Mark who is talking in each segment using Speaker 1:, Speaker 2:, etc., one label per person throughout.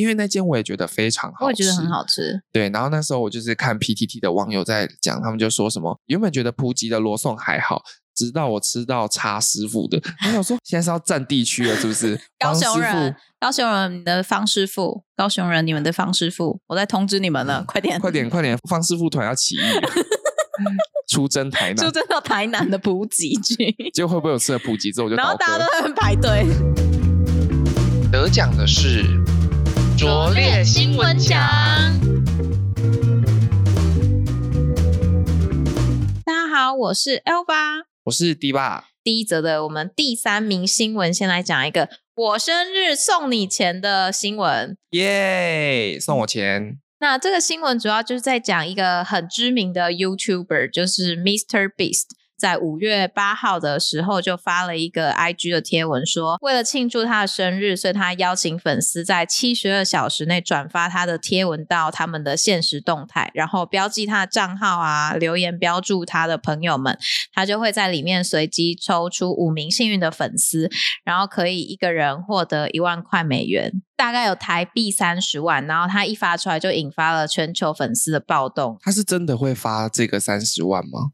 Speaker 1: 因为那间我也觉得非常好吃，
Speaker 2: 我也觉得很好吃。
Speaker 1: 对，然后那时候我就是看 PTT 的网友在讲，他们就说什么原本觉得普吉的罗宋还好，直到我吃到叉师傅的，我想说现在是要占地区了，是不是？
Speaker 2: 高
Speaker 1: 方
Speaker 2: 雄
Speaker 1: 师
Speaker 2: 人，高雄人，你的方师傅，高雄人，你们的方师傅，我在通知你们了， 快点，
Speaker 1: 傅，嗯快点快点，方师傅团要起义了， 出征台
Speaker 2: 出
Speaker 1: 南，
Speaker 2: 征到台南的补给区，
Speaker 1: 结果会不会有吃了普吉之后我 就
Speaker 2: 然后
Speaker 1: 倒
Speaker 2: 大
Speaker 1: 戈
Speaker 2: 家都在排队。
Speaker 3: 得奖的是
Speaker 4: 拙劣新闻奖。
Speaker 2: 大家好，我是 L 八。
Speaker 1: 我是迪爸，
Speaker 2: 第一则的我们第三名新闻，先来讲一个我生日送你钱的新闻。
Speaker 1: 耶，送我钱，
Speaker 2: 那这个新闻主要就是在讲一个很知名的 YouTuber，就是 Mr. Beast，在五月八号的时候就发了一个 IG 的贴文说，为了庆祝他的生日，所以他邀请粉丝在七十二小时内转发他的贴文到他们的现实动态，然后标记他的账号啊，留言标注他的朋友们，他就会在里面随机抽出五名幸运的粉丝，然后可以一个人获得一万块美元，大概有台币三十万。然后他一发出来就引发了全球粉丝的暴动。
Speaker 1: 他是真的会发这个三十万吗？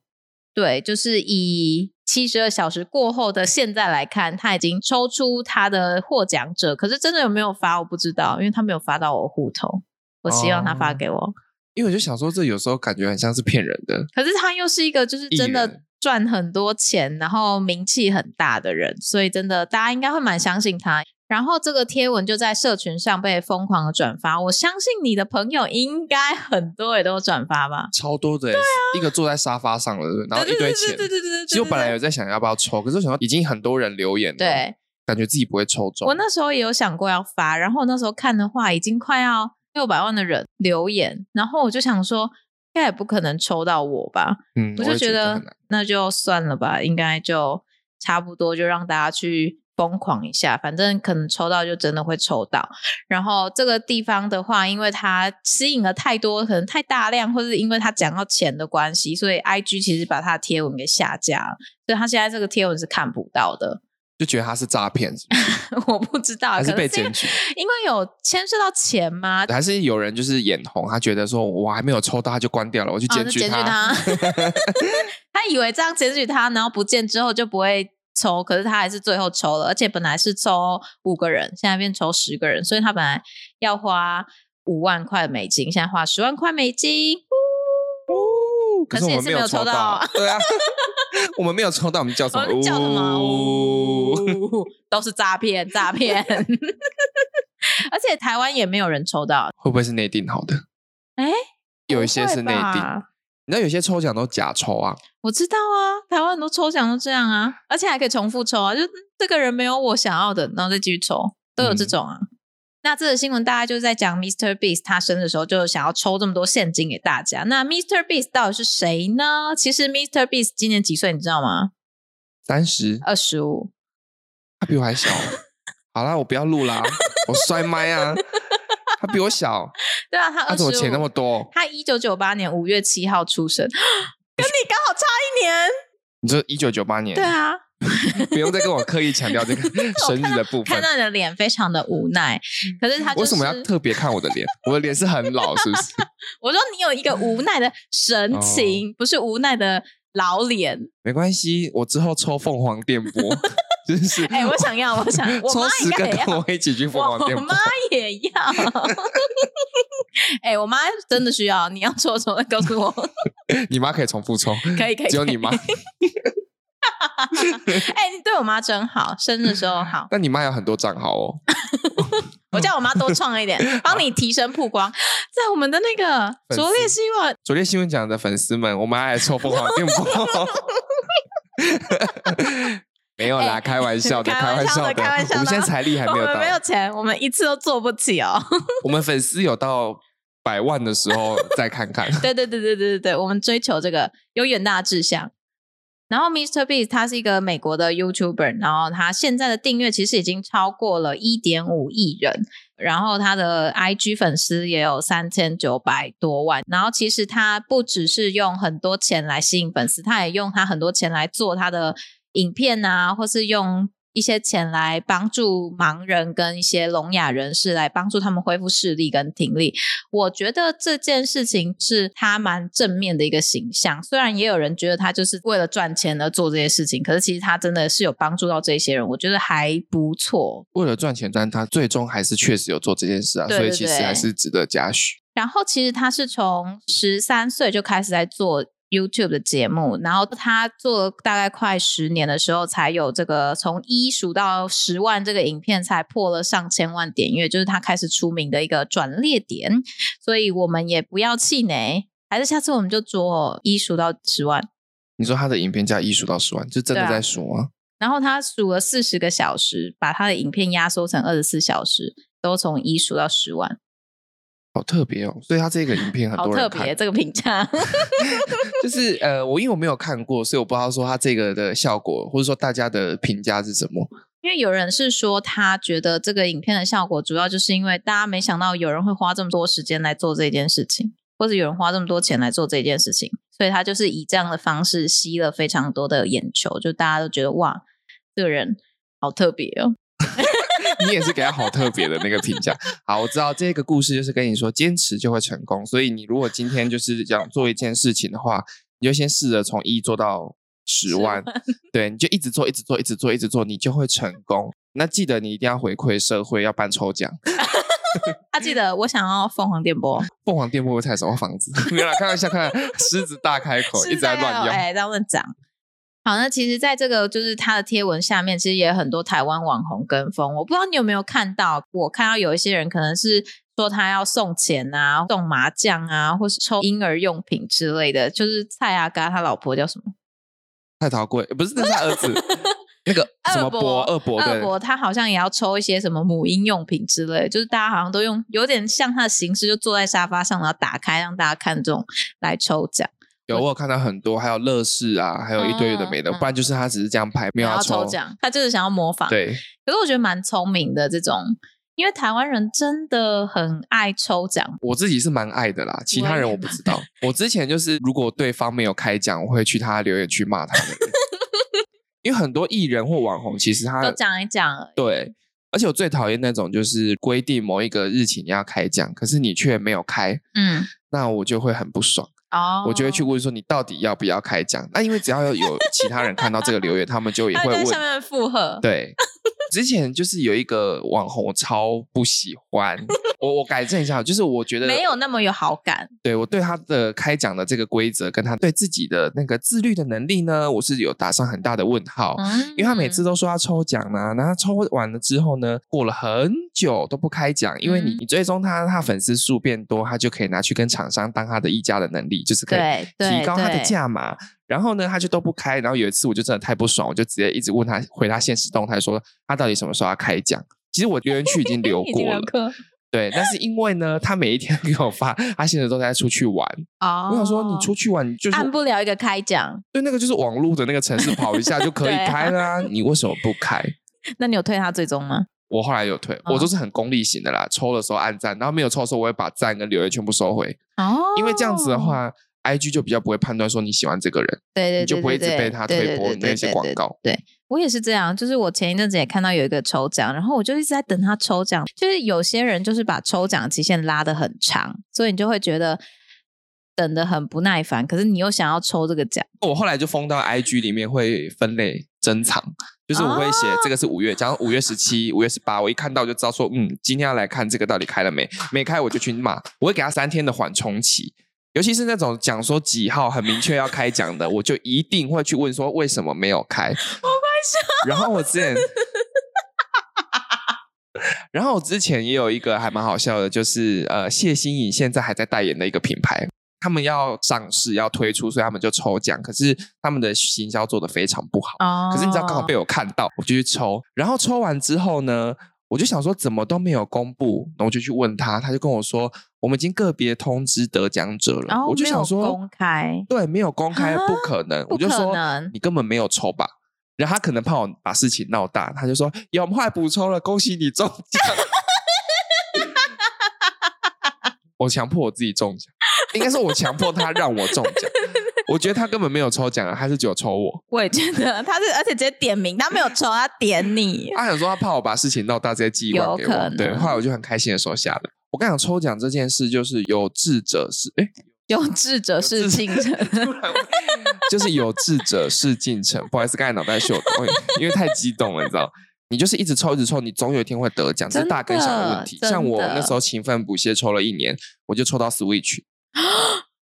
Speaker 2: 对，就是以七十二小时过后的现在来看，他已经抽出他的获奖者，可是真的有没有发我不知道，因为他没有发到我户头。我希望他发给我，
Speaker 1: 因为我就想说，这有时候感觉很像是骗人的，
Speaker 2: 可是他又是一个就是真
Speaker 1: 艺
Speaker 2: 的
Speaker 1: 人
Speaker 2: 赚很多钱，然后名气很大的人，所以真的大家应该会蛮相信他。然后这个贴文就在社群上被疯狂的转发，我相信你的朋友应该很多也都转发吧。
Speaker 1: 超多的耶、一个坐在沙发上了，然后一堆钱
Speaker 2: 啊对对。对对对对对对对对。
Speaker 1: 其实我本来有在想要不要抽，可是我想到已经很多人留言了，
Speaker 2: 对，
Speaker 1: 感觉自己不会抽中。
Speaker 2: 我那时候也有想过要发，然后那时候看的话，已经快要六百万的人留言，然后我就想说，应该也不可能抽到我吧，
Speaker 1: 嗯，
Speaker 2: 我
Speaker 1: 也
Speaker 2: 就
Speaker 1: 觉
Speaker 2: 觉得
Speaker 1: 很难
Speaker 2: 那就算了吧，应该就差不多，就让大家去疯狂一下，反正可能抽到就真的会抽到。然后这个地方的话，因为它吸引了太多，可能太大量，或是因为它讲到钱的关系，所以 IG 其实把它的贴文给下架了，所以它现在这个贴文是看不到的。
Speaker 1: 就觉得他是诈骗，是不是
Speaker 2: 我不知道，
Speaker 1: 还
Speaker 2: 可
Speaker 1: 是
Speaker 2: 能
Speaker 1: 被
Speaker 2: 因为
Speaker 1: 检举，
Speaker 2: 因为有牵涉到钱吗？
Speaker 1: 还是有人就是眼红，他觉得说我还没有抽到，他就关掉了，我去
Speaker 2: 哦，
Speaker 1: 检
Speaker 2: 就
Speaker 1: 举
Speaker 2: 检举他， 他以为这样检举他，然后不见之后就不会抽，可是他还是最后抽了，而且本来是抽五个人，现在变抽十个人，所以他本来要花五万块美金，现在花十万块美金。
Speaker 1: 呜可是
Speaker 2: 可是
Speaker 1: 我
Speaker 2: 也
Speaker 1: 们
Speaker 2: 是
Speaker 1: 没有
Speaker 2: 没有抽到
Speaker 1: 到
Speaker 2: 啊，
Speaker 1: 对啊， 我们没有抽到，我们叫什
Speaker 2: 我
Speaker 1: 么？
Speaker 2: 们哦叫什么？啊
Speaker 1: 哦呜
Speaker 2: 呜都是诈骗，诈骗。 而且台湾也没有人抽到，
Speaker 1: 会不会是内定好的？
Speaker 2: 哎，
Speaker 1: 有一些是内
Speaker 2: 不会
Speaker 1: 定，
Speaker 2: 吧
Speaker 1: 你知道有些抽奖都假抽啊，
Speaker 2: 我知道啊，台湾很多抽奖都这样啊，而且还可以重复抽啊，就嗯这个人没有我想要的，然后再继续抽，
Speaker 1: 嗯
Speaker 2: 都有这种啊。那这个新闻大概就是在讲 Mr. Beast 他生日的时候就想要抽这么多现金给大家。那 Mr. Beast 到底是谁呢？其实 Mr. Beast 今年几岁，你知道吗？
Speaker 1: 三十，
Speaker 2: 二十五。
Speaker 1: 他比我还小。哦好啦，我不要录啦，我摔麦啊！他比我小，
Speaker 2: 对啊，他
Speaker 1: 他
Speaker 2: 二
Speaker 1: 怎么
Speaker 2: 十
Speaker 1: 钱那么
Speaker 2: 五。
Speaker 1: 多？
Speaker 2: 他一九九八年五月七号出生， 跟你刚好差一年。
Speaker 1: 你说一九九八年，
Speaker 2: 对啊，
Speaker 1: 不用再跟我刻意强调这 个生日的部分。嗯
Speaker 2: 看到你的脸非常的无奈，可是他、就是、
Speaker 1: 为什么要特别看我的脸？我的脸是很老，是不是？
Speaker 2: 我说你有一个无奈的
Speaker 1: 哦
Speaker 2: 神情，不是无奈的老脸。
Speaker 1: 没关系，我之后抽凤凰电波，真是。
Speaker 2: 哎、我想要， 我想，我
Speaker 1: 抽
Speaker 2: 妈
Speaker 1: 十
Speaker 2: 应
Speaker 1: 个
Speaker 2: 该也
Speaker 1: 跟
Speaker 2: 要
Speaker 1: 我，一起去凤
Speaker 2: 我
Speaker 1: 凰电
Speaker 2: 我
Speaker 1: 波
Speaker 2: 妈。也要。哎、我妈真的需要，你要抽的时候再告诉我，
Speaker 1: 你妈可以重复抽，
Speaker 2: 可以可以。
Speaker 1: 只有你妈
Speaker 2: 可以。。哎、你对我妈真好，生日的时候好，
Speaker 1: 但你妈有很多账号哦，
Speaker 2: 我叫我妈 多创一点，帮你提升曝光，在我们的那个
Speaker 1: 粉丝
Speaker 2: 拙劣希望
Speaker 1: 昨天新闻讲的粉丝们，我们要来抽凤凰 电波。没有啦，
Speaker 2: 哎
Speaker 1: 开玩笑的，
Speaker 2: 开
Speaker 1: 开
Speaker 2: 玩笑
Speaker 1: 笑
Speaker 2: 的开玩
Speaker 1: 我
Speaker 2: 笑的
Speaker 1: 们现在财力还
Speaker 2: 我
Speaker 1: 没有
Speaker 2: 们
Speaker 1: 到，
Speaker 2: 没有钱，我们一次都做不起哦。
Speaker 1: 我们粉丝有到百万的时候再看 看。
Speaker 2: 对对对对对对对，我们追求这个有远大的志向。然后 Mr. Beast 他是一个美国的 YouTuber，然后他现在的订阅其实已经超过了一点五亿人，然后他的 IG 粉丝也有三千九百多万。然后其实他不只是用很多钱来吸引粉丝，他也用他很多钱来做他的影片啊，或是用一些钱来帮助盲人跟一些聋哑人士，来帮助他们恢复视力跟听力。我觉得这件事情是他蛮正面的一个形象，虽然也有人觉得他就是为了赚钱而做这些事情，可是其实他真的是有帮助到这些人，我觉得还不错。
Speaker 1: 为了赚钱，但他最终还是确实有做这件事啊，
Speaker 2: 对对
Speaker 1: 所以其实
Speaker 2: 对
Speaker 1: 还是值得嘉许。
Speaker 2: 然后其实他是从十三岁就开始在做 YouTube 的节目，然后他做了大概快十年的时候，才有这个从一数到十万这个影片才破了上千万点阅，就是他开始出名的一个转捩点。所以我们也不要气馁，还是下次我们就做一数到十万。
Speaker 1: 你说他的影片加艺术到十万，就真的
Speaker 2: 对啊
Speaker 1: 在数吗？
Speaker 2: 然后他数了四十个小时，把他的影片压缩成二十四小时，都从一数到十万，
Speaker 1: 好特别哦，所以他这个影片很
Speaker 2: 好
Speaker 1: 多人
Speaker 2: 特
Speaker 1: 看
Speaker 2: 别，这个评价。
Speaker 1: 就是呃，我因为我没有看过，所以我不知道说他这个的效果，或者说大家的评价是什么。
Speaker 2: 因为有人是说，他觉得这个影片的效果主要就是因为大家没想到有人会花这么多时间来做这件事情，或者有人花这么多钱来做这件事情，所以他就是以这样的方式吸了非常多的眼球，就大家都觉得哇，这个人好特别哦。
Speaker 1: 你也是给他好特别的那个评价。 好，我知道这个故事就是跟你说，坚持就会成功。所以你如果今天就是想做一件事情的话，你就先试着从一做到十万，对，你就一直做，一直做，一直做，一直做，你就会成功。那记得你一定要回馈社会，要办抽奖。
Speaker 2: 他、啊记得我想要凤凰电波，
Speaker 1: 凤凰店会不会太少房子？ 没有啦，开玩笑，开玩笑。狮子大开口，哦一直在乱用。
Speaker 2: 哎、在乱讲。好，那其实在这个就是他的贴文下面，其实也有很多台湾网红跟风。我不知道你有没有看到，我看到有一些人可能是说他要送钱啊、送麻将啊，或是抽婴儿用品之类的。就是蔡阿嘎他老婆叫什么？
Speaker 1: 太桃贵，不是那是他儿 子，那个
Speaker 2: 二
Speaker 1: 什么博
Speaker 2: 伯
Speaker 1: 二博
Speaker 2: 二
Speaker 1: 的
Speaker 2: 伯他好像也要抽一些什么母婴用品之类的，就是大家好像都用有点像他的形式，就坐在沙发上，然后打开让大家看这种来抽奖，
Speaker 1: 有我有看到很多，还有乐视啊，还有一堆的没的，
Speaker 2: 嗯嗯
Speaker 1: 不然就是他只是这样拍，没有
Speaker 2: 然
Speaker 1: 要
Speaker 2: 后抽奖，他就是想要模仿。
Speaker 1: 对，
Speaker 2: 可是我觉得蛮聪明的这种，因为台湾人真的很爱抽奖，
Speaker 1: 我自己是蛮爱的啦，其他人我不知 道。我之前就是，如果对方没有开奖，我会去他留言区骂他的人，因为很多艺人或网红其实
Speaker 2: 都
Speaker 1: 他
Speaker 2: 讲一讲而已。
Speaker 1: 对，而且我最讨厌那种就是规定某一个日期你要开奖，可是你却没有开，
Speaker 2: 嗯，
Speaker 1: 那我就会很不爽。
Speaker 2: 哦，
Speaker 1: 我就会去问说你到底要不要开奖？那因为只要有有其他人看到这个留言，他们就也
Speaker 2: 他
Speaker 1: 会
Speaker 2: 们在
Speaker 1: 问。
Speaker 2: 下面附和。，
Speaker 1: 对，之前就是有一个网红我超不喜欢，我我改正一下，就是我觉得
Speaker 2: 没有那么有好感。
Speaker 1: 对我对他的开奖的这个规则跟他对自己的那个自律的能力呢，我是有打上很大的问号。
Speaker 2: 嗯，
Speaker 1: 因为他每次都说他抽奖啊，然后他抽完了之后呢，过了很久都不开奖，因为你
Speaker 2: 嗯
Speaker 1: 你追踪他，他粉丝数变多，他就可以拿去跟厂商当他的议价的能力，就是可以
Speaker 2: 对对
Speaker 1: 提高它的
Speaker 2: 对
Speaker 1: 价码。然后呢，他就都不开。然后有一次我就真的太不爽，我就直接一直问他，回他现实动态说他到底什么时候要开奖。其实我留言区已经 留
Speaker 2: 已经
Speaker 1: 过了
Speaker 2: 有，课
Speaker 1: 对。但是因为呢，他每一天给我发，他现在都在出去玩。
Speaker 2: 哦。啊
Speaker 1: 我想说，你出去玩你就是
Speaker 2: 按不了一个开奖，
Speaker 1: 对那个就是网络的那个城市跑一下就可以
Speaker 2: 对啊
Speaker 1: 开啦、你为什么不开？
Speaker 2: 那你有退他最终吗？
Speaker 1: 我后来有退，
Speaker 2: 嗯
Speaker 1: 我都是很功利型的啦，抽的时候按赞，然后没有抽的时候我会把赞跟留言全部收回，
Speaker 2: 哦，
Speaker 1: 因为这样子的，话，IG 就比较不会判断说你喜欢这个人。
Speaker 2: 对对，
Speaker 1: 你就
Speaker 2: 对
Speaker 1: 不会一直
Speaker 2: 对
Speaker 1: 被他
Speaker 2: 对
Speaker 1: 推
Speaker 2: 对
Speaker 1: 播
Speaker 2: 对
Speaker 1: 那
Speaker 2: 对
Speaker 1: 些
Speaker 2: 对
Speaker 1: 广
Speaker 2: 对
Speaker 1: 告
Speaker 2: 对我也是这样，就是我前一阵子也看到有一个抽奖，然后我就一直在等他抽奖，就是有些人就是把抽奖期限拉得很长，所以你就会觉得等得很不耐烦，可是你又想要抽这个奖，
Speaker 1: 我后来就封到 IG 里面会分类珍藏，就是我会写
Speaker 2: 哦
Speaker 1: 这个是五月，假如五月十七、五月十八，我一看到就知道说，嗯，今天要来看这个到底开了没，没开我就去骂，我会给他三天的缓冲期。尤其是那种讲说几号很明确要开奖的，我就一定会去问说为什么没有开。我快笑。然后我之前，然后我之前也有一个还蛮好笑的，就是呃谢欣颖现在还在代言的一个品牌，他们要上市要推出，所以他们就抽奖，可是他们的行销做得非常不好。
Speaker 2: 哦，
Speaker 1: 可是你知道，刚好被我看到，我就去抽，然后抽完之后呢，我就想说怎么都没有公布，然后我就去问他，他就跟我说我们已经个别通知得奖者了，
Speaker 2: 然后
Speaker 1: 我就想说
Speaker 2: 哦公 开，
Speaker 1: 对，没有公开
Speaker 2: 啊
Speaker 1: 不可能，
Speaker 2: 不
Speaker 1: 我就
Speaker 2: 可
Speaker 1: 说
Speaker 2: 能
Speaker 1: 你根本没有抽吧。然后他可能怕我把事情闹大，他就说有，我们后来补抽了，恭喜你中奖。 我强迫我自己中奖，应该说我强迫他让我中奖。我觉得他根本没有抽奖啊，他是只有抽我。
Speaker 2: 我也觉得他是，而且直接点名，他没有抽，他点 你。
Speaker 1: 他想说他怕我把事情闹大，直接寄一
Speaker 2: 有
Speaker 1: 万给
Speaker 2: 可
Speaker 1: 我。
Speaker 2: 能
Speaker 1: 对，后来我就很开心的收下了。我跟你讲，抽奖这件事就是有志者事，哎，
Speaker 2: 有志者事竟成，
Speaker 1: 就是有志者事竟成。不好意思，刚才脑袋秀的，哎因为太激动了，你知道。你就是一直抽，一直抽，你总有一天会得奖，这是
Speaker 2: 真
Speaker 1: 大跟小的问题。
Speaker 2: 的
Speaker 1: 像我
Speaker 2: 真的
Speaker 1: 那时候勤奋补习抽了一年，我就抽到 Switch，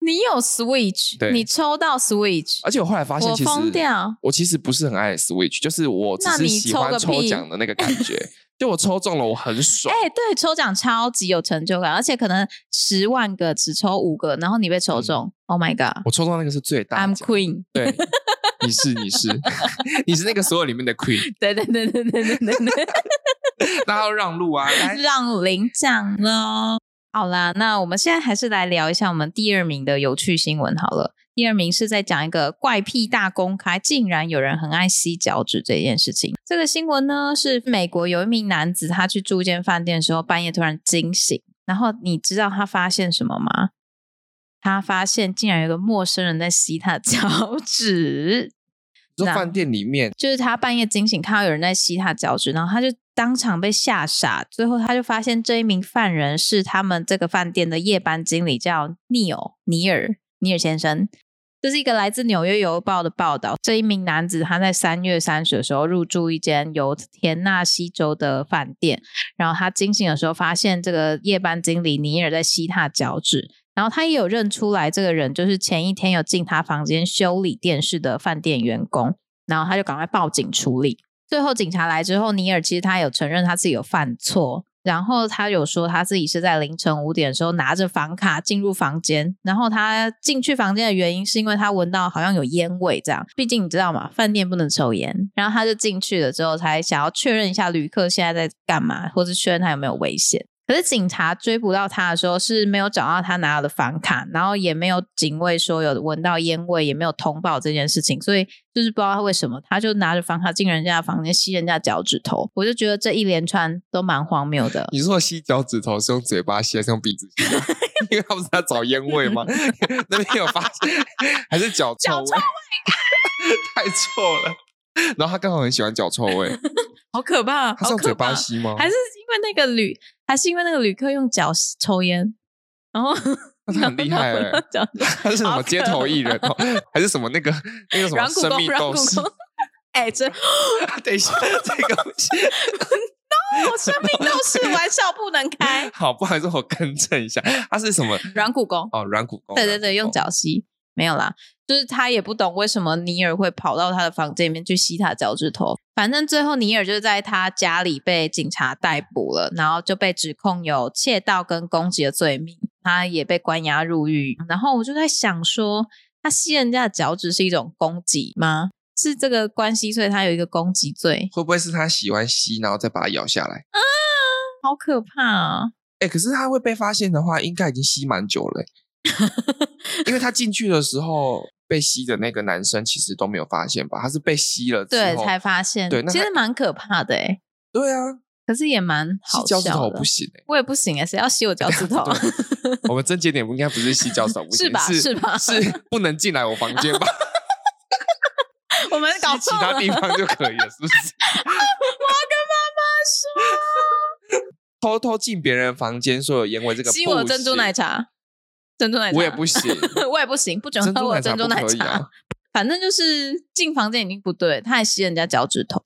Speaker 2: 你有 Switch，
Speaker 1: 对
Speaker 2: 你抽到 Switch，
Speaker 1: 而且我后来发现，
Speaker 2: 我
Speaker 1: 其实
Speaker 2: 疯掉。
Speaker 1: 我其实不是很爱 Switch，就是我只
Speaker 2: 那
Speaker 1: 是
Speaker 2: 你
Speaker 1: 喜
Speaker 2: 抽
Speaker 1: 欢
Speaker 2: 个
Speaker 1: 抽
Speaker 2: 屁
Speaker 1: 奖的那个感觉。 就我抽中了，我很爽。
Speaker 2: 哎、对，抽奖超级有成就感，而且可能十万个只抽五个，然后你被抽中、o h my
Speaker 1: 我抽中那个是最嗯大
Speaker 2: God，I'm
Speaker 1: 奖，
Speaker 2: Queen。
Speaker 1: 对，你是你是 你是那个所有里面的 queen，
Speaker 2: 对对对对对对对对。
Speaker 1: 大家要让路啊！ 来，
Speaker 2: 让领奖喽。好啦，那我们现在还是来聊一下我们第二名的有趣新闻好了。第二名是在讲一个怪癖大公开，竟然有人很爱吸脚趾这件事情。这个新闻呢是美国有一名男子，他去住一间饭店的时候，半夜突然惊醒，然后你知道他发现什么吗？他发现竟然有个陌生人在吸他的脚趾。
Speaker 1: 说
Speaker 2: 那
Speaker 1: 饭店里面
Speaker 2: 就是他半夜惊醒，看到有人在吸他脚趾，然后他就当场被吓傻。最后他就发现这一名犯人是他们这个饭店的夜班经理，叫尼尔尼尔尼尔先生。这是一个来自《纽约邮报》的报道。这一名男子他在三月三十的时候入住一间由田纳西州的饭店，然后他惊醒的时候发现这个夜班经理尼尔在吸他脚趾，然后他也有认出来这个人就是前一天有进他房间修理电视的饭店员工，然后他就赶快报警处理。最后警察来之后，尼尔其实他有承认他自己有犯错，然后他有说他自己是在凌晨五点的时候拿着房卡进入房间，然后他进去房间的原因是因为他闻到好像有烟味这样，毕竟你知道嘛，饭店不能抽烟，然后他就进去了之后才想要确认一下旅客现在在干嘛，或是确认他有没有危险。可是警察追捕到他的时候是没有找到他拿到的房卡，然后也没有警卫说有闻到烟味，也没有通报这件事情，所以就是不知道他为什么他就拿着房卡进人家的房间吸人家脚趾头，我就觉得这一连串都蛮荒谬的。
Speaker 1: 你说吸脚趾头是用嘴巴吸还是用鼻子吸啊？因为他不是要找烟味吗？那边有发现，还是脚臭
Speaker 2: 脚
Speaker 1: 味？ 太臭了。然后他刚好很喜欢脚臭味，
Speaker 2: 好可怕！
Speaker 1: 他
Speaker 2: 好
Speaker 1: 是用
Speaker 2: 可
Speaker 1: 嘴
Speaker 2: 怕！
Speaker 1: 巴吸吗？
Speaker 2: 还是因为那个旅，还是因为那个旅客用脚抽烟，然后
Speaker 1: 那 他很厉害
Speaker 2: 然后
Speaker 1: 欸
Speaker 2: 脚
Speaker 1: 他是什么街头艺人哦？ 还是什么那个那个什么
Speaker 2: 软骨
Speaker 1: 生
Speaker 2: 功，
Speaker 1: 命
Speaker 2: 软
Speaker 1: 斗
Speaker 2: 骨
Speaker 1: 士？
Speaker 2: 功。 哎，真
Speaker 1: 等一下，这个不行。
Speaker 2: 我生命斗
Speaker 1: 。
Speaker 2: 士玩笑不能开
Speaker 1: 好，不好意思，我更正一下，他是什么？
Speaker 2: 软骨功，
Speaker 1: 哦，软骨功。
Speaker 2: 对对
Speaker 1: 软骨
Speaker 2: 对，用
Speaker 1: 功。
Speaker 2: 脚吸没有啦，就是他也不懂为什么尼尔会跑到他的房间里面去吸他脚趾头。反正最后尼尔就是在他家里被警察逮捕了，然后就被指控有窃盗跟攻击的罪名，他也被关押入狱。然后我就在想说，他吸人家的脚趾是一种攻击吗？是这个关系，所以他有一个攻击罪，
Speaker 1: 会不会是他喜欢吸，然后再把它咬下来？
Speaker 2: 好可怕啊！
Speaker 1: 哎、可是他会被发现的话，应该已经吸蛮久 了欸、因为他进去的时候被吸的那个男生其实都没有发现吧？他是被吸了之
Speaker 2: 对，
Speaker 1: 后
Speaker 2: 才发现，
Speaker 1: 对那
Speaker 2: 其
Speaker 1: 还
Speaker 2: 实蛮可怕的哎、
Speaker 1: 对啊，
Speaker 2: 可是也蛮
Speaker 1: 吸
Speaker 2: 好
Speaker 1: 脚趾
Speaker 2: 笑
Speaker 1: 头
Speaker 2: 的
Speaker 1: 不。行哎、
Speaker 2: 我也不行哎、谁要吸我脚趾 头啊？
Speaker 1: 我们正节点不应该不是吸脚趾头不行，
Speaker 2: 是吧
Speaker 1: 是
Speaker 2: 是吧
Speaker 1: 是不能进来我房间吧？
Speaker 2: 我们搞
Speaker 1: 吸其
Speaker 2: 错
Speaker 1: 他
Speaker 2: 了，
Speaker 1: 地方就可以了，是不 是？偷偷进别人房间说有烟味，这个
Speaker 2: 吸
Speaker 1: 不
Speaker 2: 我珍珠
Speaker 1: 行
Speaker 2: 奶茶，珍珠奶茶
Speaker 1: 我也不 行，
Speaker 2: 我也不行，不准
Speaker 1: 珍
Speaker 2: 喝
Speaker 1: 珠
Speaker 2: 我
Speaker 1: 奶
Speaker 2: 的
Speaker 1: 茶
Speaker 2: 珍珠
Speaker 1: 不
Speaker 2: 奶
Speaker 1: 可以
Speaker 2: 茶。
Speaker 1: 啊。
Speaker 2: 反正就是进房间已经不对，他还吸人家脚趾 头，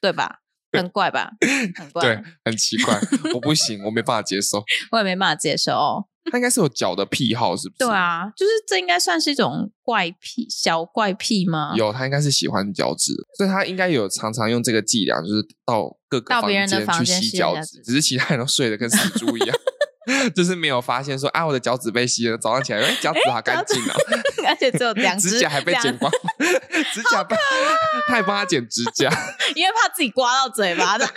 Speaker 2: 对吧？很怪吧？很怪，
Speaker 1: 对，很奇怪，我不行，我没办法接受。
Speaker 2: 我也没办法接受哦。
Speaker 1: 他应该是有脚的癖好，是不是？
Speaker 2: 对，啊，就是这应该算是一种怪癖，小怪癖吗？
Speaker 1: 有他应该是喜欢脚趾，所以他应该有常常用这个伎俩，就是到各个
Speaker 2: 到
Speaker 1: 房
Speaker 2: 别人的
Speaker 1: 间
Speaker 2: 房
Speaker 1: 去
Speaker 2: 间
Speaker 1: 吸
Speaker 2: 吸
Speaker 1: 脚
Speaker 2: 人家
Speaker 1: 趾，
Speaker 2: 趾
Speaker 1: 只是其他人都睡得跟死猪一样。 就是没有发现说啊，我的脚趾被吸了。早上起来，哎，脚趾好干净啊，
Speaker 2: 而且只有 两只
Speaker 1: 指甲还被
Speaker 2: 两
Speaker 1: 剪光，指甲被他还帮他剪指甲，
Speaker 2: 因为怕自己刮到嘴巴的。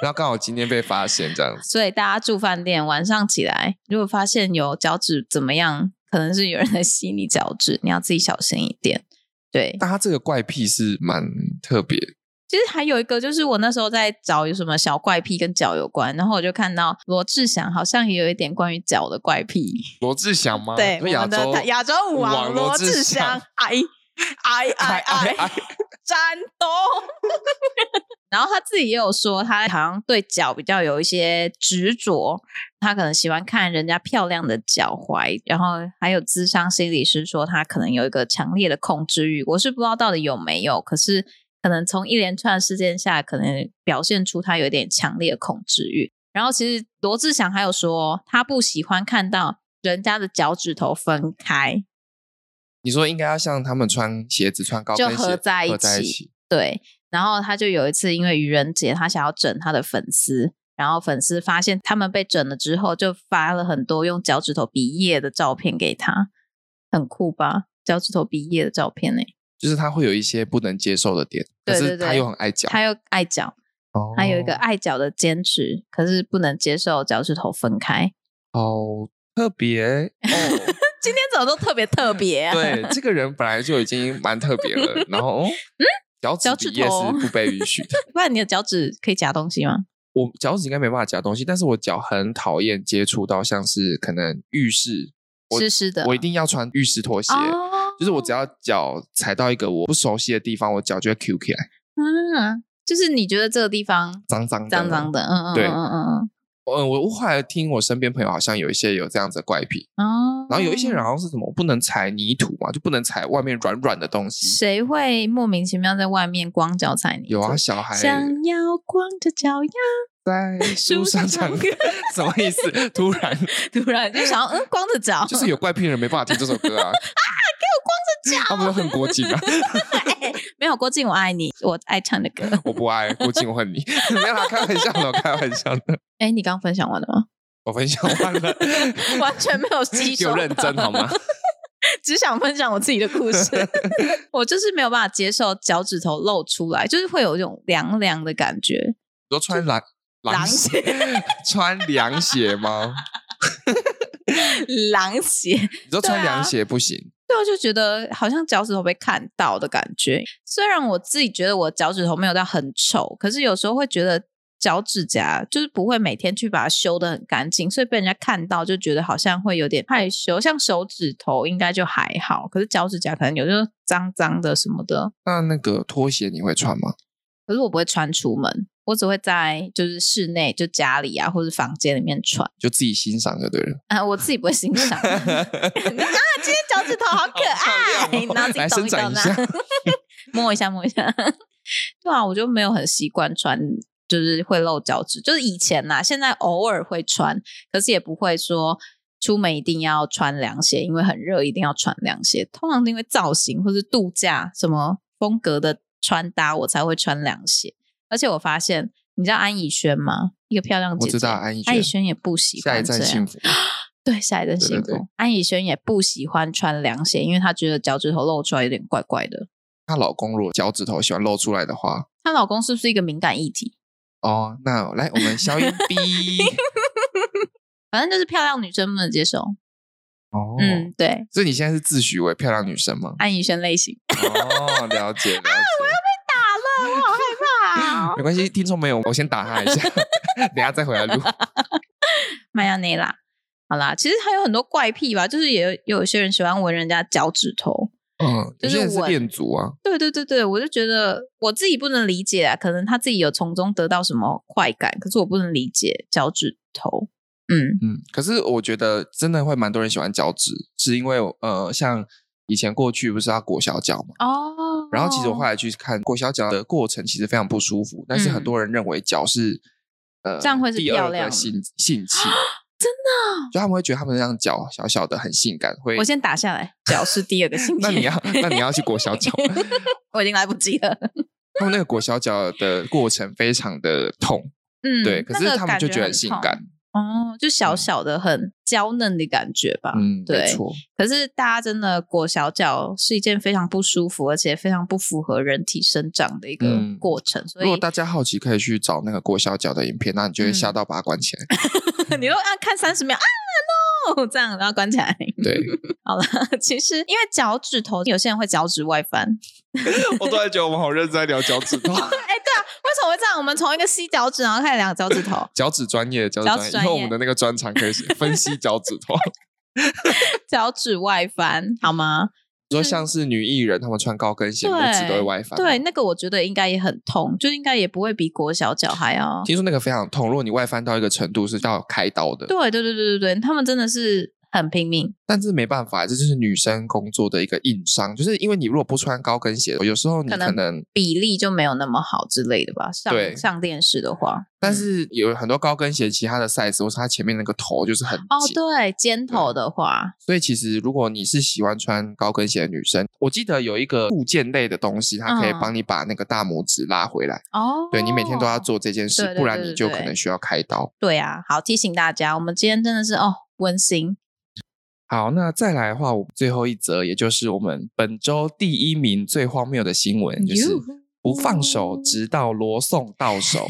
Speaker 1: 然后刚好今天被发现这样子。
Speaker 2: 所以大家住饭店，晚上起来如果发现有脚趾怎么样，可能是有人在吸你脚趾，你要自己小心一点。对，
Speaker 1: 但他这个怪癖是蛮特别，
Speaker 2: 其实还有一个，就是我那时候在找有什么小怪癖跟脚有关，然后我就看到罗志祥好像也有一点关于脚的怪癖。
Speaker 1: 罗志祥吗？
Speaker 2: 对，
Speaker 1: 说
Speaker 2: 我
Speaker 1: 哦亚
Speaker 2: 们
Speaker 1: 洲
Speaker 2: 的亚洲舞王
Speaker 1: 罗
Speaker 2: 罗志
Speaker 1: 祥
Speaker 2: 祥，，哎哎 哎哎，战斗。 然后他自己也有说，他好像对脚比较有一些执着，他可能喜欢看人家漂亮的脚踝。然后还有智商心理师说，他可能有一个强烈的控制欲。我是不知道到底有没有，可是可能从一连串事件下，可能表现出他有点强烈的控制欲。然后其实罗志祥还有说，他不喜欢看到人家的脚趾头分开，
Speaker 1: 你说应该要像他们穿鞋子穿高跟鞋
Speaker 2: 就合在一起
Speaker 1: 合在一起，
Speaker 2: 对，然后他就有一次因为愚人节，他想要整他的粉丝，然后粉丝发现他们被整了之后，就发了很多用脚趾头比耶的照片给他，很酷吧？脚趾头比耶的照片呢、
Speaker 1: 就是他会有一些不能接受的点，
Speaker 2: 对
Speaker 1: 可
Speaker 2: 对
Speaker 1: 是他
Speaker 2: 对
Speaker 1: 又很爱讲，
Speaker 2: 他又爱脚，
Speaker 1: 哦
Speaker 2: 他有一个爱脚的坚持，可是不能接受脚趾头分开。
Speaker 1: 好特 别哦。
Speaker 2: 今天怎么都特别特别、啊？
Speaker 1: 对，这个人本来就已经蛮特别了，然后哦，脚趾
Speaker 2: 嗯脚
Speaker 1: 比
Speaker 2: 趾
Speaker 1: 也是
Speaker 2: 头
Speaker 1: 不被允许 的。
Speaker 2: 不然你的脚趾可以夹东西吗？
Speaker 1: 我脚趾应该没办法夹东西，但是我脚很讨厌接触到像是可能浴室，我
Speaker 2: 湿湿的，
Speaker 1: 我一定要穿浴室拖鞋。
Speaker 2: 哦，
Speaker 1: 就是我只要脚踩到一个我不熟悉的地方，我脚就会 Q 起来，
Speaker 2: 嗯，就是你觉得这个地方
Speaker 1: 脏脏的
Speaker 2: 脏脏的，嗯嗯
Speaker 1: 对
Speaker 2: 嗯嗯
Speaker 1: 嗯，我我后来听我身边朋友好像有一些有这样子的怪癖，
Speaker 2: 嗯，哦，
Speaker 1: 然后有一些人好像是什么不能踩泥土嘛，就不能踩外面软软的东西。
Speaker 2: 谁会莫名其妙在外面光脚踩泥？
Speaker 1: 有啊，，小孩
Speaker 2: 想要光着脚丫，
Speaker 1: 在书上唱歌，什么意思？突 然
Speaker 2: 突然就想要，嗯，光着脚，
Speaker 1: 就是有怪癖的人没办法听这首歌啊！啊，给我光着 脚！他们都恨郭靖啊！
Speaker 2: 哎没有郭靖，我爱你，我爱唱的歌。
Speaker 1: 我不爱郭靖，我恨你。 没有啦，开玩笑的，我开玩笑的。
Speaker 2: 哎，你刚分享完了吗？
Speaker 1: 我分享完了，
Speaker 2: 完全没有吸收，
Speaker 1: 有认真哦好吗？？
Speaker 2: 只想分享我自己的故 事。我就是没有办法接受脚趾头露出来，就是会有一种凉凉的感觉。
Speaker 1: 你说穿凉
Speaker 2: 狼鞋，
Speaker 1: 穿凉鞋吗？
Speaker 2: 狼鞋，
Speaker 1: 你说穿
Speaker 2: 对啊
Speaker 1: 凉鞋不行，
Speaker 2: 对，啊我就觉得好像脚趾头被看到的感觉。虽然我自己觉得我脚趾头没有到很丑，可是有时候会觉得脚趾甲就是不会每天去把它修的很干净，所以被人家看到就觉得好像会有点害羞。像手指头应该就还好，可是脚趾甲可能有时候脏脏的什么的。
Speaker 1: 那那个拖鞋你会穿吗？
Speaker 2: 可是我不会穿出门，我只会在就是室内就家里啊或者房间里面穿。
Speaker 1: 就自己欣赏就对 了。
Speaker 2: 啊、我自己不会 欣赏。啊，今天脚趾头好可
Speaker 1: 好漂
Speaker 2: 爱，
Speaker 1: 亮哦
Speaker 2: 然后自
Speaker 1: 来
Speaker 2: 己
Speaker 1: 伸
Speaker 2: 动一
Speaker 1: 展
Speaker 2: 动啊
Speaker 1: 一
Speaker 2: 呢
Speaker 1: 下，
Speaker 2: 摸一下摸一下。 对啊，我就没有很习惯穿，就是会露脚趾，就是以前呐、现在偶尔会穿，可是也不会说出门一定要穿凉鞋，因为很热一定要穿凉鞋。通常是因为造型或是度假什么风格的穿搭，我才会穿凉鞋。而且我发现，你知道安以轩吗？一个漂亮姐姐，
Speaker 1: 我知道安以轩
Speaker 2: 安以轩也不喜
Speaker 1: 下一
Speaker 2: 欢这
Speaker 1: 站
Speaker 2: 样。
Speaker 1: 幸福。
Speaker 2: 对，下一任
Speaker 1: 对对
Speaker 2: 幸
Speaker 1: 对
Speaker 2: 福。安以轩也不喜欢穿凉鞋，因为她觉得脚趾头露出来有点怪怪的。
Speaker 1: 她老公如果脚趾头喜欢露出来的话，
Speaker 2: 她老公是不是一个敏感议题？
Speaker 1: 哦，那来我们 消音 B。
Speaker 2: 反正就是漂亮女生不能接受。
Speaker 1: 哦，
Speaker 2: 嗯，对，？
Speaker 1: 所以你现在是自诩为漂亮女生吗
Speaker 2: 安以轩类型。
Speaker 1: 哦，了 解了解，
Speaker 2: 打了，我好害怕、哦
Speaker 1: 没关系，听众朋友，我先打他一 下，等下再回 来录。
Speaker 2: 迈阿密啦，好啦，其实还有很多怪癖吧，就是也有也有些人喜欢闻人家脚趾头。
Speaker 1: 嗯，有
Speaker 2: 就是
Speaker 1: 些人是
Speaker 2: 我
Speaker 1: 恋足啊，
Speaker 2: 对对对对，我就觉得我自己不能理解啊，可能他自己有从中得到什么快感，可是我不能理解脚趾头。嗯，
Speaker 1: 嗯，可是我觉得真的会蛮多人喜欢脚趾，是因为呃，像以前过去不是要裹小脚嘛，
Speaker 2: 哦
Speaker 1: 然后其实我后来去看裹小脚的过程，其实非常不舒服，但是很
Speaker 2: 嗯
Speaker 1: 多人认为脚是。呃，
Speaker 2: 这样会是
Speaker 1: 第
Speaker 2: 漂
Speaker 1: 二个
Speaker 2: 亮啊
Speaker 1: 性性器，真的，就他们会觉得他们让脚小小的很性感，会
Speaker 2: 我先打下来，脚是第二个 性
Speaker 1: 那
Speaker 2: 别。
Speaker 1: 你要那你要去裹小脚，
Speaker 2: 我已经来不及了。
Speaker 1: 他们那个裹小脚的过程非常的痛，
Speaker 2: 嗯，
Speaker 1: 对，可是
Speaker 2: 那个
Speaker 1: 他们就觉得很
Speaker 2: 感
Speaker 1: 性
Speaker 2: 痛
Speaker 1: 感，
Speaker 2: 哦，就小小的、很娇嫩的感觉吧。
Speaker 1: 嗯，没
Speaker 2: 对
Speaker 1: 错，
Speaker 2: 可是大家真的裹小脚是一件非常不舒服，而且非常不符合人体生长的一个
Speaker 1: 嗯
Speaker 2: 过程。所以
Speaker 1: 如果大家好奇，可以去找那个裹小脚的影片，那你就会吓
Speaker 2: 嗯
Speaker 1: 到把它关起来。
Speaker 2: 你都按看三十秒啊，no 这样，然后关起来。
Speaker 1: 对，
Speaker 2: 好了，其实因为脚趾头，有些人会脚趾外翻，
Speaker 1: 我突然觉得我们好认真在聊脚趾头，、
Speaker 2: 为什么会这样？我们从一个吸脚趾，然后开始聊脚趾头
Speaker 1: 脚趾专业，脚
Speaker 2: 脚
Speaker 1: 趾
Speaker 2: 趾
Speaker 1: 专
Speaker 2: 专
Speaker 1: 业，以
Speaker 2: 业
Speaker 1: 后我们的那个专长可以写分析脚趾 头。
Speaker 2: 脚趾外翻，好吗？
Speaker 1: 你说像是女艺人，她们穿高跟鞋，
Speaker 2: 对
Speaker 1: 拇指都会歪翻。
Speaker 2: 对，，那个我觉得应该也很痛，就应该也不会比国小脚还要。
Speaker 1: 听说那个非常痛，如果你外翻到一个程度是要开刀的。
Speaker 2: 对对对对对对，他们真的是很拼命。
Speaker 1: 但是没办法，这就是女生工作的一个硬伤，就是因为你如果不穿高跟鞋，有时候你可
Speaker 2: 可
Speaker 1: 能，
Speaker 2: 能嗯比例就没有那么好之类的吧。
Speaker 1: 对
Speaker 2: 上上电视的话，
Speaker 1: 但是有很多高跟鞋，其他的 size 或是它前面那个头就是很
Speaker 2: 哦，
Speaker 1: 紧。
Speaker 2: 对，尖头的话，
Speaker 1: 所以其实如果你是喜欢穿高跟鞋的女生，我记得有一个附件类的东西，它可以
Speaker 2: 嗯
Speaker 1: 帮你把那个大拇指拉回来。
Speaker 2: 哦，
Speaker 1: 对你每天都要。做这件事，
Speaker 2: 对对
Speaker 1: 不然
Speaker 2: 对
Speaker 1: 你
Speaker 2: 对
Speaker 1: 就
Speaker 2: 对
Speaker 1: 可能需要开刀。
Speaker 2: 对啊，好提醒大家，我们今天真的是哦温馨，
Speaker 1: 好，那再来的话，我最后一则，也就是我们本周第一名最荒谬的新闻，就是
Speaker 2: 哟
Speaker 1: 不放手，直到罗宋到 手。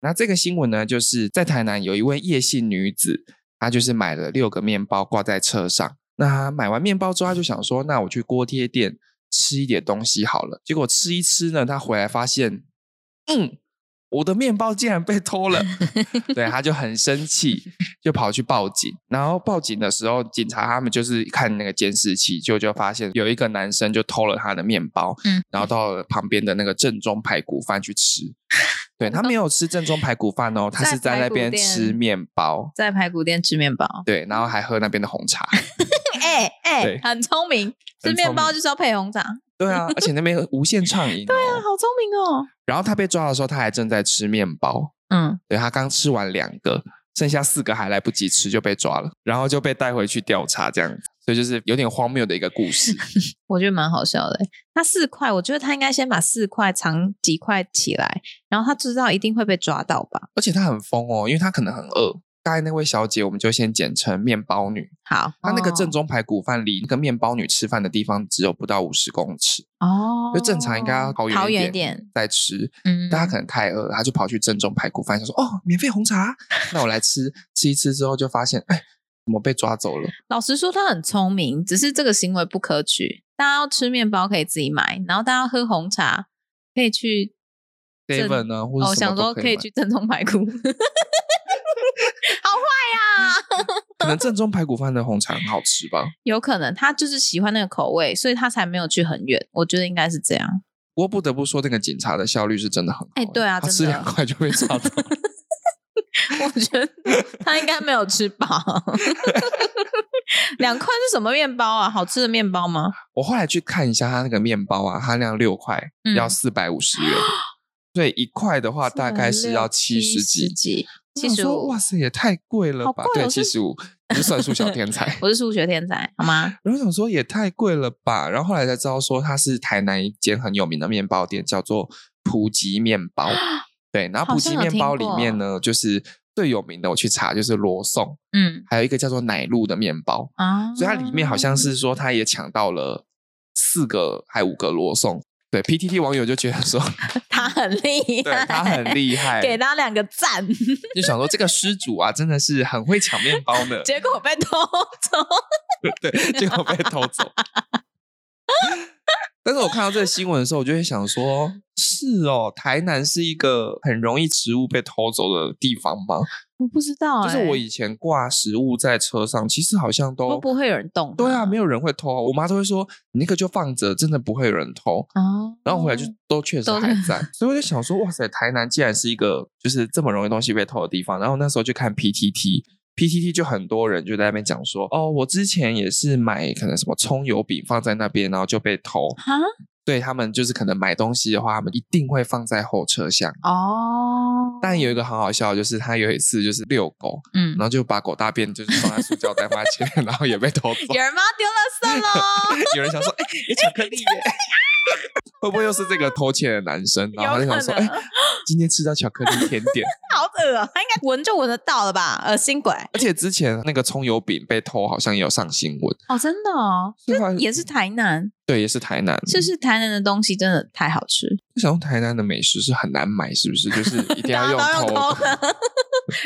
Speaker 1: 那这个新闻呢，就是在台南有一位叶姓女子，她就是买了六个面包挂在车上。那她买完面包之后，她就想说，那我去锅贴店吃一点东西好了。结果吃一吃呢，她回来发现，嗯，我的面包竟然被偷了。 对，她就很生气，就跑去报警。然后报警的时候，警察他们就是看那个监视器，就就发现有一个男生就偷了她的面包，
Speaker 2: 嗯
Speaker 1: 然后到了旁边的那个正宗排骨饭去 吃。对他没有吃正宗排骨饭哦，他
Speaker 2: 在
Speaker 1: 是在那
Speaker 2: 排骨
Speaker 1: 边
Speaker 2: 店
Speaker 1: 吃面包，
Speaker 2: 在排骨店吃 面包，
Speaker 1: 对，然后还喝那边的红茶。
Speaker 2: 哎
Speaker 1: 对
Speaker 2: 哎，很聪明，
Speaker 1: 很
Speaker 2: 吃
Speaker 1: 聪明
Speaker 2: 面包就是要配红茶，
Speaker 1: 对啊，而且那边无限畅 饮哦。
Speaker 2: 好聪明哦。
Speaker 1: 然后他被抓的时候，他还正在吃面包，
Speaker 2: 嗯，
Speaker 1: 对他刚吃完两个，剩下四个还来不及吃就被抓了，然后就被带回去调查这样子。所以就是有点荒谬的一个故 事。
Speaker 2: 我觉得蛮好笑的。他四块，我觉得他应该先把四块藏几块起来，然后他知道一定会被抓到吧？
Speaker 1: 而且她很疯哦，因为她可能很饿。刚才那位小姐，我们就先简称面包女。
Speaker 2: 好，
Speaker 1: 她那个
Speaker 2: 哦
Speaker 1: 正宗排骨饭离那个面包女吃饭的地方只有不到五十公尺，
Speaker 2: 哦，
Speaker 1: 就正常应该要跑
Speaker 2: 跑
Speaker 1: 远
Speaker 2: 远
Speaker 1: 一
Speaker 2: 一
Speaker 1: 点
Speaker 2: 点
Speaker 1: 再吃。
Speaker 2: 嗯
Speaker 1: 但她可能太饿了，她就跑去正宗排骨饭，想说哦，免费红 茶，那我来吃。吃一吃之后就发现，哎，怎么被抓走了？
Speaker 2: 老实说，他很聪明，只是这个行为不可取。大家要吃面包可以自己买，然后大家要喝红茶可以去
Speaker 1: Seven 呢，或者
Speaker 2: 哦，我
Speaker 1: 什么
Speaker 2: 想
Speaker 1: 都
Speaker 2: 说
Speaker 1: 可
Speaker 2: 可以
Speaker 1: 买
Speaker 2: 去正宗排骨，好 坏呀、
Speaker 1: 可能正宗排骨饭的红茶很好吃吧。
Speaker 2: 有可能他就是喜欢那个口味，所以他才没有去很远。我觉得应该是这样。
Speaker 1: 不过不得不说，那个警察的效率是真的很好。
Speaker 2: 哎对啊
Speaker 1: 他
Speaker 2: 真
Speaker 1: 吃
Speaker 2: 的
Speaker 1: 两块就被抓走。
Speaker 2: 我觉得他应该没有吃饱。 两块是什么面包啊？好吃的面包吗？
Speaker 1: 我后来去看一下它那个面包啊，它那样六块、
Speaker 2: 嗯
Speaker 1: 要四百五十元，所以一块的话大概是要七十几。
Speaker 2: 几，
Speaker 1: 我
Speaker 2: 七
Speaker 1: 想
Speaker 2: 十
Speaker 1: 说
Speaker 2: 五
Speaker 1: 哇。塞，也太贵了
Speaker 2: 好
Speaker 1: 吧？
Speaker 2: 贵
Speaker 1: 对，
Speaker 2: 哦
Speaker 1: 七
Speaker 2: 是。
Speaker 1: 十五，你是算术小天才
Speaker 2: 我是数学天才，好吗？
Speaker 1: 然后想说也太贵了吧，然后后来才知道说它是台南一间很有名的面包店，叫做普吉面 包。对，然后
Speaker 2: 好
Speaker 1: 普
Speaker 2: 像
Speaker 1: 吉
Speaker 2: 有
Speaker 1: 面
Speaker 2: 听
Speaker 1: 包里面
Speaker 2: 过哦
Speaker 1: 呢，就是最有名的，我去查就是罗宋，
Speaker 2: 嗯
Speaker 1: 还有一个叫做奶露的面包。
Speaker 2: 啊，
Speaker 1: 所以它里面好像是说他也抢到了四个还五个罗宋。对 PTT 网友就觉得说，
Speaker 2: 他很厉
Speaker 1: 对
Speaker 2: 害，
Speaker 1: 他很厉害，
Speaker 2: 给他两个赞，
Speaker 1: 就想说这个失主啊，真的是很会抢面包呢。
Speaker 2: 结果被偷走。
Speaker 1: 对，结果被偷走。 但是我看到这个新闻的时候，我就会想说，是哦，台南是一个很容易食物被偷走的地方吗？
Speaker 2: 我不知道、
Speaker 1: 就
Speaker 2: 欸，
Speaker 1: 是我以前挂食物在车上，其实好像都
Speaker 2: 都不会有人动它。
Speaker 1: 对啊，没有人会偷啊。我妈都会说，你那个就放着，真的不会有人偷。
Speaker 2: 哦，
Speaker 1: 然后回来就都确实
Speaker 2: 都
Speaker 1: 还在，所以我就想说，哇塞，台南既然是一个就是这么容易东西被偷的地方，然后那时候去看 PTT。PTT 就很多人就在那边讲说，哦，我之前也是买可能什么葱油饼放在那边，然后就被偷。
Speaker 2: 哈
Speaker 1: 对他们就是可能买东西的话，他们一定会放在后车厢。
Speaker 2: 哦，
Speaker 1: 但有一个很好笑的，就是他有一次就是遛狗，
Speaker 2: 嗯
Speaker 1: 然，后就把狗大便就是放在塑胶袋放在前面，然后也被偷走
Speaker 2: 有。人帮他丢垃圾喽。
Speaker 1: 有人想说，哎、有巧克力 耶， 会不会又是这个偷窃的男生？ 然后他就
Speaker 2: 有
Speaker 1: 想说，
Speaker 2: 可
Speaker 1: 哎、
Speaker 2: 能啊
Speaker 1: 今天吃到巧克力甜点，
Speaker 2: 好恶啊，他应该闻就闻得到了吧？恶心鬼
Speaker 1: 而且之前那个葱油饼被偷，好像也有上新闻，
Speaker 2: 哦，真的哦，
Speaker 1: 所以后来
Speaker 2: 也是台南，
Speaker 1: 对，也是台南。
Speaker 2: 就、是台南的东西真的太好吃，
Speaker 1: 我想说台南的美食是很难买，是不是？就是一定要
Speaker 2: 大
Speaker 1: 用
Speaker 2: 家
Speaker 1: 偷
Speaker 2: 都用偷
Speaker 1: 的。
Speaker 2: 的。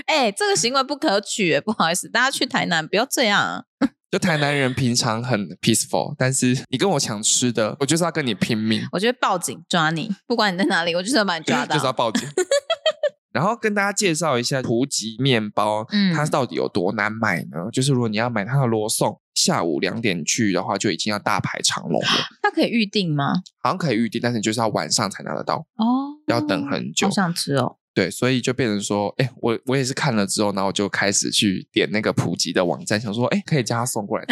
Speaker 2: 哎、这个行为不可取，不好意思，大家去台南不要这样。
Speaker 1: 就台南人平常很 peaceful，但是你跟我抢吃的，我就是要跟你拼命，
Speaker 2: 我就会报警抓你，不管你在哪里，我就是要把你抓到。
Speaker 1: 就是要报 警。然后跟大家介绍一下普吉面包，
Speaker 2: 嗯
Speaker 1: 它到底有多难买呢？就是如果你要买它的罗宋，下午两点去的话，就已经要大排长龙 了。
Speaker 2: 它可以预定吗？
Speaker 1: 好像可以预定，但是你就是要晚上才拿得到，
Speaker 2: 哦，
Speaker 1: 要等很久
Speaker 2: 好。想吃哦。
Speaker 1: 对，所以就变成说，哎，我我也是看了之后，然后我就开始去点那个普吉的网站，想说，哎，可以叫他送过来。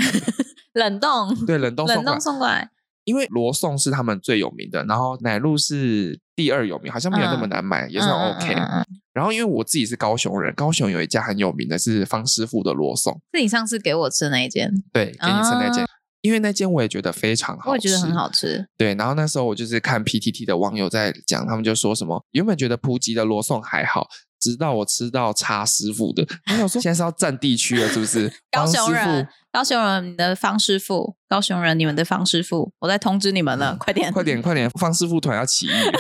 Speaker 2: 冷冻，
Speaker 1: 对，冷冻送
Speaker 2: 冷
Speaker 1: 过来
Speaker 2: 冻，送过来，
Speaker 1: 因为罗宋是他们最有名的，然后奶露是第二有名，好像没有那
Speaker 2: 嗯
Speaker 1: 么难买，也
Speaker 2: 也
Speaker 1: 算 OK。然
Speaker 2: 嗯
Speaker 1: 后因为我自己是高雄人，高雄有一家很有名的是方师傅的罗宋，
Speaker 2: 是你上次给我吃的那一间，
Speaker 1: 对，给你吃那间。因为那间我也觉得非常好吃，
Speaker 2: 哦我也觉得很好吃。
Speaker 1: 对，然后那时候我就是看 PTT 的网友在讲，他们就说什么原本觉得普吉的罗宋还好，直到我吃到叉师傅的，我想 说现在是要占地区了，是不是？方
Speaker 2: 高雄
Speaker 1: 师
Speaker 2: 人
Speaker 1: 傅，，
Speaker 2: 高雄人，你的方师傅，高雄人，你们的方师傅，我在通知你们了，快点，
Speaker 1: 嗯快点快点，方师傅团要起义了，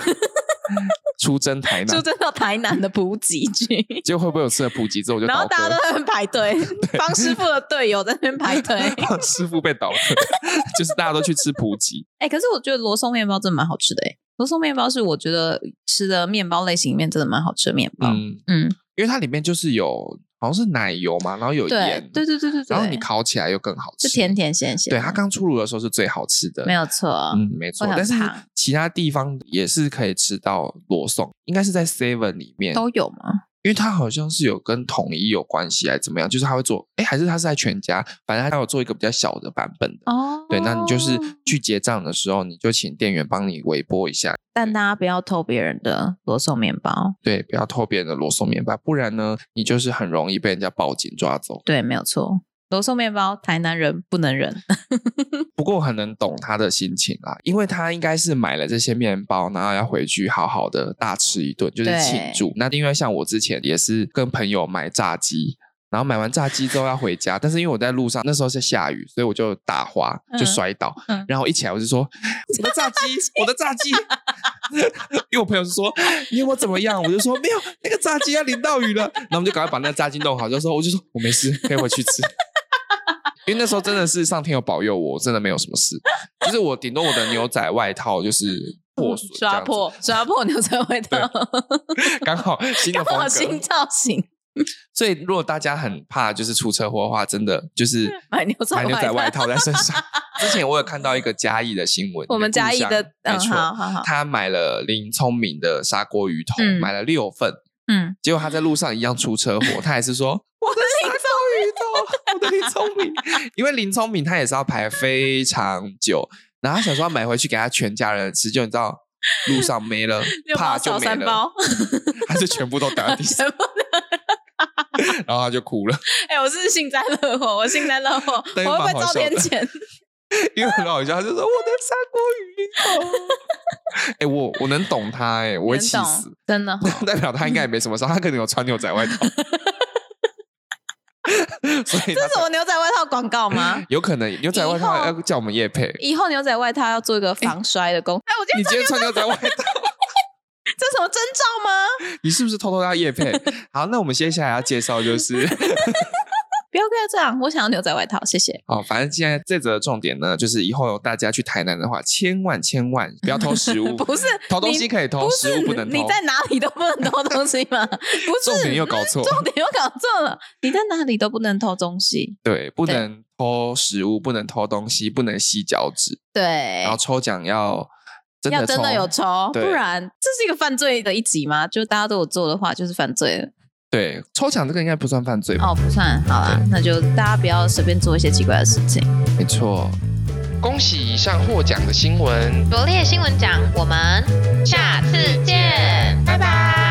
Speaker 1: 出征台
Speaker 2: 出
Speaker 1: 南。
Speaker 2: 征到台南的补给去，
Speaker 1: 结果会不会我吃了普吉 之后我就
Speaker 2: 然后
Speaker 1: 倒
Speaker 2: 大家
Speaker 1: 戈
Speaker 2: 都在那边 排队，方师傅的队友在那边排队。
Speaker 1: 胖 师傅被倒了， 就是大家都去吃普吉。
Speaker 2: 哎、可是我觉得罗宋面包真的蛮好吃的、欸，罗宋面包是我觉得吃的面包类型里面真的蛮 好吃的面包。嗯，
Speaker 1: 嗯，因为它里面就是有好像是奶油嘛，然后有
Speaker 2: 对
Speaker 1: 盐，
Speaker 2: 对对对对对，
Speaker 1: 然后你烤起来又更好吃，
Speaker 2: 是甜。甜咸咸，
Speaker 1: 对，它刚出炉的时候是最好吃的，
Speaker 2: 没有错。
Speaker 1: 嗯，没错。
Speaker 2: 会很
Speaker 1: 但是
Speaker 2: 胖
Speaker 1: 其他地方也是可以吃到罗宋，应该是在 Seven 里面，
Speaker 2: 都有吗？
Speaker 1: 因为它好像是有跟统一有关系，还是怎么样？就是它会做，哎，还是它是在全家，反正它有做一个比较小的版本的。
Speaker 2: 哦，
Speaker 1: 对，那你就是去结账的时候，你就请店员帮你微波一下，
Speaker 2: 但大家不要偷别人的罗宋面包。
Speaker 1: 对，不要偷别人的罗宋面包，不然呢，你就是很容易被人家报警抓走。
Speaker 2: 对，没有错。罗宋面包，台南人不能忍。
Speaker 1: 不过我很能懂他的心情啦，因为他应该是买了这些面包，然后要回去好好的大吃一顿，就是
Speaker 2: 对
Speaker 1: 庆祝。那因为像我之前也是跟朋友买炸鸡。然后买完炸鸡之后要回家，但是因为我在路上那时候是下雨，所以我就打滑就
Speaker 2: 嗯
Speaker 1: 摔倒，
Speaker 2: 嗯
Speaker 1: 然后一起来我就 说我的炸鸡，我的炸鸡，因为我朋友就说你有没有怎么样，我就说没有，那个炸鸡要淋到雨了，然后我们就赶快把那个炸鸡弄好，就说我就说我没事，可以回去吃。因为那时候真的是上天有保佑我，我真的没有什么事，就是我顶多我的牛仔外套就是破损，这
Speaker 2: 抓
Speaker 1: 样子，
Speaker 2: 嗯破，抓破牛仔味道，
Speaker 1: 刚好 新的
Speaker 2: 刚
Speaker 1: 风
Speaker 2: 好新
Speaker 1: 格。
Speaker 2: 造型，
Speaker 1: 所以如果大家很怕就是出车祸的话，真的就是
Speaker 2: 买牛仔
Speaker 1: 买牛仔
Speaker 2: 外
Speaker 1: 外套在身 上。之前我有看到一个嘉义的新闻，
Speaker 2: 我们
Speaker 1: 你的
Speaker 2: 嘉
Speaker 1: 故
Speaker 2: 义
Speaker 1: 乡
Speaker 2: 的，
Speaker 1: 没
Speaker 2: 嗯，
Speaker 1: 错，
Speaker 2: 好好好，
Speaker 1: 他买了林聪明的砂锅鱼头，
Speaker 2: 嗯
Speaker 1: 买了六份，
Speaker 2: 嗯，
Speaker 1: 结果他在路上一样出车祸，他还是 说我的林聪明，我的林聪明，因为林聪明他也是要排非常久，然后他想说要买回去给他全家人吃，就你知道路上没了
Speaker 2: 六，包
Speaker 1: 怕就
Speaker 2: 少
Speaker 1: 没
Speaker 2: 三
Speaker 1: 了
Speaker 2: 包，，
Speaker 1: 还是全部都倒在地上，
Speaker 2: 全部的。
Speaker 1: 然后他就哭了，
Speaker 2: 哎，我是幸灾乐祸，我幸灾乐 祸，我
Speaker 1: 对
Speaker 2: 会不会
Speaker 1: 蛮好
Speaker 2: 遭
Speaker 1: 笑的
Speaker 2: 天谴？
Speaker 1: 因为很好笑，他就说我的砂 锅鱼头。哎、我我能懂他哎、我会
Speaker 2: 能
Speaker 1: 气
Speaker 2: 懂
Speaker 1: 死。，
Speaker 2: 真的哈。
Speaker 1: 代表他应该也没什么伤，他可能有穿牛仔外 套，所以
Speaker 2: 这
Speaker 1: 他？
Speaker 2: 是我牛仔外套广告吗
Speaker 1: 有可能牛仔外
Speaker 2: 以
Speaker 1: 套
Speaker 2: 后
Speaker 1: 要叫我们叶配。
Speaker 2: 以后牛仔外套要做一个防摔的功。哎，我觉
Speaker 1: 你
Speaker 2: 得
Speaker 1: 今天穿牛仔外套，
Speaker 2: 这什么征兆吗？
Speaker 1: 你是不是偷偷要叶 配？好，那我们接下来要介绍就是，
Speaker 2: 不要不要这样，我想要牛仔外套，谢谢。
Speaker 1: 哦，反正现在这则的重点呢，就是以后大家去台南的话，千万千万不要偷食物，
Speaker 2: 不是
Speaker 1: 偷东西
Speaker 2: 你
Speaker 1: 可以偷，
Speaker 2: 不
Speaker 1: 食
Speaker 2: 是
Speaker 1: 物不能偷。
Speaker 2: 你在哪里都不能偷东西 吗？不是，
Speaker 1: 重点又搞错，
Speaker 2: 重点又搞错了，你在哪里都不能偷东西。
Speaker 1: 对，不
Speaker 2: 对
Speaker 1: 能偷食物，不能偷东西，不能吸脚趾，
Speaker 2: 对
Speaker 1: 然后抽奖要真
Speaker 2: 要
Speaker 1: 的
Speaker 2: 真的
Speaker 1: 抽
Speaker 2: 有抽，不
Speaker 1: 对
Speaker 2: 然这是一个犯罪的一集吗？就是大家都有做的话，就是犯罪了。
Speaker 1: 对抽奖这个应该不算犯罪吧？
Speaker 2: 哦，不算，好啦，那就大家不要随便做一些奇怪的事情。
Speaker 1: 没错，
Speaker 3: 恭喜以上获奖的新闻。
Speaker 4: 罗列新闻奖，我们下次见，拜拜。